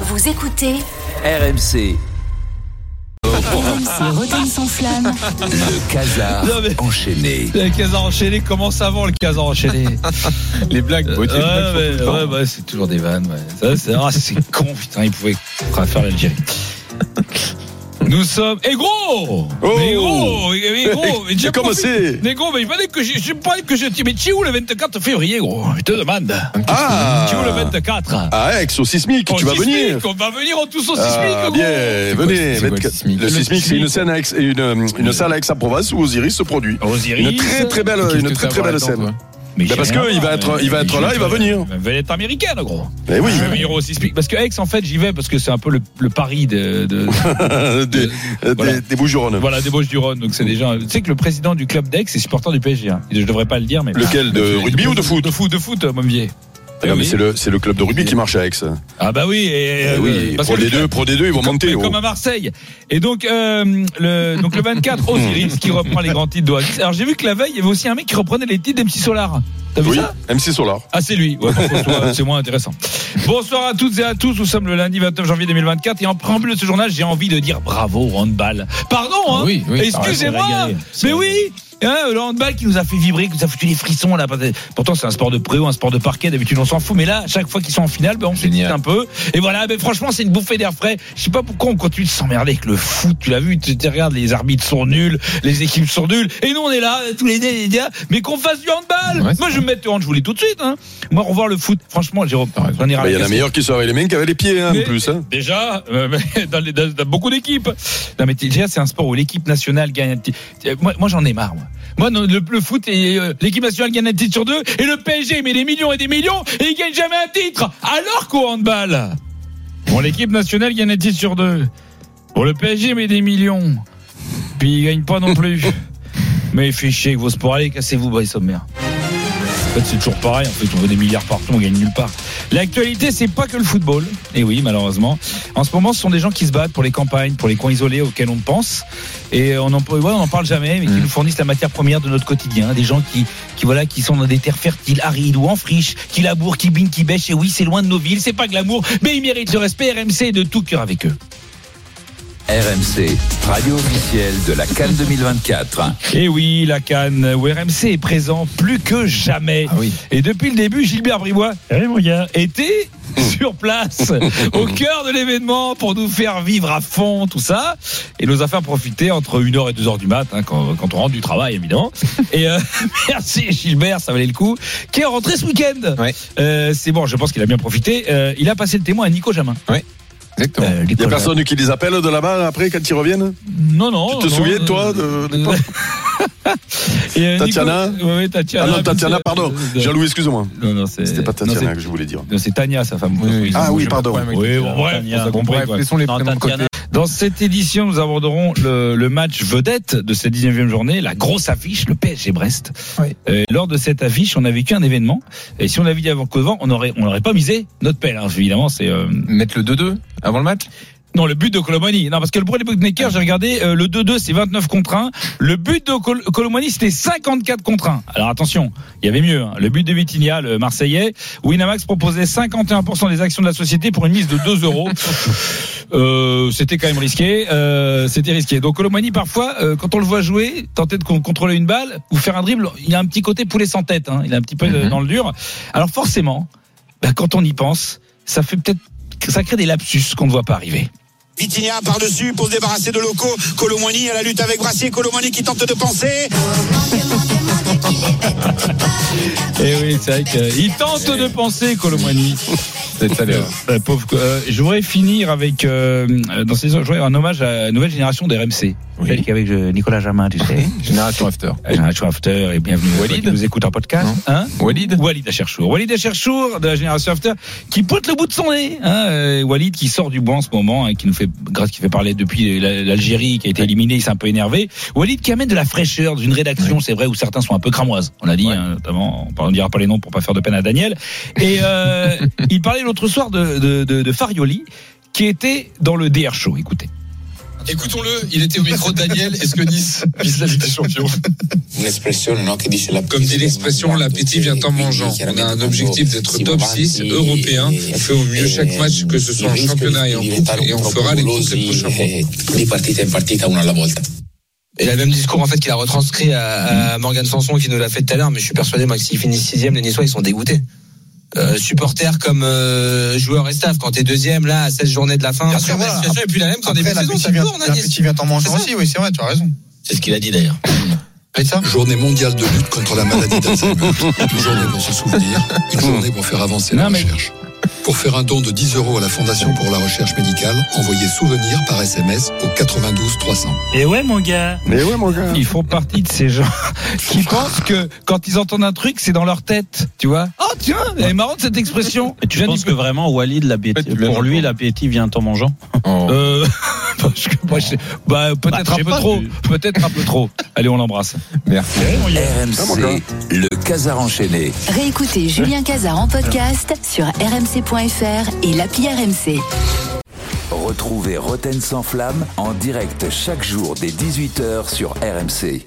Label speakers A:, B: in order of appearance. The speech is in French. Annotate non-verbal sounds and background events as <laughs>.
A: Vous écoutez
B: RMC,
A: RMC Rotten sans flamme.
B: le casar
C: Non, mais-
B: enchaîné.
C: Le casar enchaîné commence avant le casar enchaîné.
D: <laughs>
C: les blagues, Euh, ouais, ouais, ouais, bah, c'est toujours des vannes. ouais. Ça, c'est ah, c'est con, putain, ils pouvaient faire l'Algérie. Nous sommes. Eh
D: Oh
C: gros Mais gros Mais mais
D: <laughs>
C: gros mais j'ai profité- Mais gros, mais il fallait que je, je parlais que je. Mais tu es où le 24 février, gros Je te demande.
D: Ah
C: Tu es où le 24
D: Ah, Aix, au sismique,
C: Au
D: tu vas
C: sismique,
D: venir
C: On va venir en tous au sismique,
D: ah,
C: gros.
D: bien, venez.
E: c'est quoi le
D: mettre-
E: sismique
D: le sismique, c'est une scène à Aix- une, euh, une salle à Aix-en-Provence où Osiris se produit.
C: Osiris.
D: Une très très belle,
E: Qu'est-ce
D: une
E: que
D: très
E: t'as
D: très
E: à voir
D: belle
E: là-dedans,
D: scène.
C: Mais
D: Bah,
C: j'ai
D: parce
C: rien
D: que
C: à
D: il va
C: voir,
D: être-
C: mais-
D: il va
C: mais
D: être
C: je
D: là,
C: vais
D: il va
C: être-
D: venir.
C: Il va être américaine, gros.
D: Eh oui,
C: Je vais venir au sismique. Parce que Aix, en fait, j'y vais parce que c'est un peu le, le pari de,
D: <laughs>
C: de-
D: des, euh,
C: Voilà.
D: des, des Bouches-du-Rhône.
C: voilà, des Bauges du Rhône. Donc c'est déjà. Tu sais que le président du club d'Aix est supporter du PSG. hein. Je devrais pas le dire, mais.
D: Lequel,
C: <laughs>
D: de
C: Le-
D: rugby ou de foot
C: De foot, de foot, mon vieux.
D: Ah, non,
C: Eh
D: mais
C: oui.
D: c'est le, c'est le club de rugby qui marche à Aix.
C: Ah bah oui. Et,
D: Eh
C: euh,
D: oui,
C: parce
D: Pro
C: que le
D: D2, Pro D2, ils vont
C: comme,
D: monter.
C: comme
D: oh.
C: à Marseille. Et donc, euh, le, donc le
D: <laughs>
C: 24, Osiris qui reprend les grands titres d'Oasis. Alors j'ai vu que la veille, il y avait aussi un mec qui reprenait les titres des petits solars. T'as vu
D: Oui,
C: ça
D: MC Solar.
C: Ah, c'est lui. Ouais, par contre,
E: <laughs>
C: ouais, c'est moins intéressant. Bonsoir à toutes et à tous. Nous sommes le lundi 29 janvier 2024. Et en préambule de ce journal, j'ai envie de dire bravo au handball. Pardon, hein.
E: Oui, oui. Ah,
C: Excusez-moi. mais oui. hein, le handball qui nous a fait vibrer, qui nous a foutu les frissons. Là. Pourtant, c'est un sport de préau, un sport de parquet. D'habitude, on s'en fout. Mais là, à chaque fois qu'ils sont en finale, ben, on s'excite
E: Génial.
C: un peu. Et voilà, ben, franchement, c'est une bouffée d'air frais. Je sais pas pourquoi on continue de s'emmerder avec le foot. Tu l'as vu, tu tu regardes, les arbitres sont nuls, les équipes sont nulles. Et nous, on est là, tous les deux, mais qu'on fasse du handball.
E: Ouais, c'est
C: Moi, je vais me mettre le hand, je vous l'ai tout de suite. Hein. Moi, revoir le foot, franchement, Jérôme, j'en ai
D: Bah,
C: ras
D: Il
C: la
D: y en a
C: casquette.
D: meilleurs qui sont avec les mains qu'avec les pieds, hein,
C: Mais-
D: en plus. Hein.
C: Déjà, euh, <laughs> dans, les- dans- dans beaucoup d'équipes. Non, mais déjà, c'est un sport où l'équipe nationale gagne un petit. Moi, moi, j'en ai marre, moi. Moi, non, le, le foot, et, euh, l'équipe nationale gagne un titre sur deux, et le PSG met des millions et des millions, et il gagne jamais un titre. Alors qu'au handball, bon, l'équipe nationale gagne un titre sur deux. Bon, le PSG met des millions, puis il gagne pas non plus. mais fichez que vos sports, allez, cassez-vous, Brice Sommer. En fait, c'est toujours pareil. En fait, on veut des milliards partout, on gagne nulle part. L'actualité, c'est pas que le football. Et oui, malheureusement. En ce moment, ce sont des gens qui se battent pour les campagnes, pour les coins isolés auxquels on pense. Et on en, ouais, on en parle jamais, mais qui
E: Mhm.
C: nous fournissent la matière première de notre quotidien. Des gens qui, qui, voilà, qui sont dans des terres fertiles, arides ou en friche, qui labourent, qui binent, qui bêchent. Et oui, c'est loin de nos villes. C'est pas glamour, mais ils méritent le respect. RMC est de tout cœur avec eux.
B: RMC, radio officielle de la Cannes 2024.
C: Et Eh oui, la Cannes, où RMC est présent plus que jamais.
E: Ah oui.
C: Et depuis le début, Gilbert Bribois eh, mon gars, était sur place, au cœur de l'événement, pour nous faire vivre à fond tout ça. Et nous a fait profiter entre 1h et 2h du mat, hein, quand, quand on rentre du travail, évidemment. Et euh, <laughs> merci Gilbert, ça valait le coup, qui est rentré ce week-end.
E: Ouais.
C: Euh, C'est bon, je pense qu'il a bien profité. Euh, il a passé le témoin à Nico Jamin.
E: Exactement.
C: Euh,
D: Il
C: Nico
D: n'y a
C: Jamin.
D: personne qui les appelle de là-bas après quand ils reviennent
C: Non, non.
D: Tu te
C: non,
D: souviens,
C: euh,
D: toi, de
C: <laughs>
D: l'époque
C: Et, euh, Nico-
D: Tatiana
C: Ouais, ouais, Tatiana.
D: Ah non, Tatiana, pardon.
C: Euh,
D: Jean-Louis, excuse-moi.
C: Non, non, c'est.
D: C'était pas
C: non, c'est-
D: Tatiana que je voulais dire.
C: non, c'est Tania, sa femme.
E: Oui, oui.
D: Ah oui, pardon.
C: Oui, bon, bref, on s'est compris, quoi.
E: laissons les
C: Non,
E: prénoms de côté.
C: Tatiana. Dans cette édition, nous aborderons le, le match vedette de cette 19e journée, la grosse affiche, le PSG Brest.
E: Ouais.
C: Euh, lors de cette affiche, on a vécu un événement. Et si on l'avait dit avant Covent, on aurait, on n'aurait pas misé notre pelle. hein. évidemment, c'est euh,
E: Mettre le 2-2 avant le match
C: non le but de Colomani. Non, parce que pour les bookmakers, j'ai regardé euh, le 2-2, c'est 29 contre 1. Le but de Col- Colomani, c'était 54 contre 1. Alors attention, il y avait mieux. hein. Le but de Vitinha, le Marseillais, Winamax proposait 51% des actions de la société pour une mise de 2 euros. Euh, c'était quand même risqué. Euh, c'était risqué. Donc Colomani, parfois, euh, quand on le voit jouer, tenter de con- contrôler une balle ou faire un dribble, il a un petit côté poulet sans tête. hein. Il a un petit peu de-
E: Mhm.
C: dans le dur. Alors forcément, bah, quand on y pense, ça fait peut-être, ça crée des lapsus qu'on ne voit pas arriver.
F: Vitinha par-dessus pour se débarrasser de Loco. Colomoni à la lutte avec Brassier. Colomoni qui tente de penser.
C: Et Eh oui, c'est vrai qu'il tente de penser Colomani.
E: <laughs> C'est ça, d'ailleurs.
C: Euh, pauvre, euh, je voudrais finir avec euh, euh, dans ces je voudrais un hommage à la nouvelle génération des RMC.
E: Oui.
C: Celle qui est avec euh, Nicolas Jamin, tu sais.
E: Génération After.
C: Euh, Génération After et bienvenue
E: Walid.
C: Walid. Nous écoute un podcast, hein
E: Walid
C: Walid Acherchour. Walid Acherchour de la génération After qui pointe le bout de son nez. Hein, euh, Walid qui sort du bois en ce moment et qui nous fait, grâce qui fait parler depuis la- l'Algérie qui a été éliminée, il s'est un peu énervé. Walid qui amène de la fraîcheur d'une rédaction, c'est vrai, où certains sont un peu cramoises. On l'a dit, hein, notamment, on ne dira pas les noms pour pas faire de peine à Daniel. Et
E: <laughs>
C: euh, il parlait l'autre soir de, de, de, de Farioli qui était dans le DR Show. Écoutez.
A: Écoutons-le, il était au micro de Daniel. Est-ce que Nice vise la Ligue des Champions
G: Comme dit l'expression, l'appétit vient en mangeant. On a un objectif d'être top 6 européen. On fait au mieux chaque match, que ce soit en championnat et en coupe, et on fera les coupes les prochains mois.
H: Il a le même discours en fait qu'il a retranscrit à, à Morgan Sanson qui nous l'a fait tout à l'heure, mais je suis persuadé moi que s'il finit sixième, les Niçois ils sont dégoûtés. Euh, supporters comme euh, joueurs et staff, quand t'es deuxième là à 16 journées de la fin,
I: Bien sûr,
H: la
I: voilà.
H: situation est plus la même qu'en début de saison, ça
I: vient,
H: tourne à
I: la
H: Nice.
I: petite vient en mangeant
H: C'est ça.
I: aussi, oui, c'est vrai, tu as raison.
G: C'est ce qu'il a dit d'ailleurs.
I: Et ça
J: Journée mondiale de lutte contre la maladie d'Alzheimer. Une journée pour se
G: <laughs>
J: souvenir, une journée pour faire avancer la
C: Non, mais-
J: recherche. Pour faire un don de 10 euros à la Fondation pour la recherche médicale, envoyez souvenir par SMS au 92 300.
K: Et ouais, mon gars.
D: Mais ouais, mon gars.
C: Ils font partie de ces gens <laughs> qui pensent que quand ils entendent un truc, c'est dans leur tête, tu vois. Oh tiens, elle est marrante cette expression.
K: Et tu
C: Jeanne,
K: penses
C: il
K: que vraiment Walid, l'appétit-
E: Ouais, tu l'as
K: pour
E: dit.
K: lui, l'appétit vient en mangeant
E: Oh.
C: Euh, <laughs> parce que moi, je- bah,
K: Bah, je
C: peut-être
K: sais
C: un peu
K: pas,
C: trop,
K: tu-
C: peut-être un peu trop. Allez, on l'embrasse.
E: Merci.
B: RMC, le Casar enchaîné.
L: Réécoutez Julien Cazard en podcast sur rmc.fr et l'appli RMC.
B: Retrouvez Roten sans flamme en direct chaque jour dès 18h sur RMC.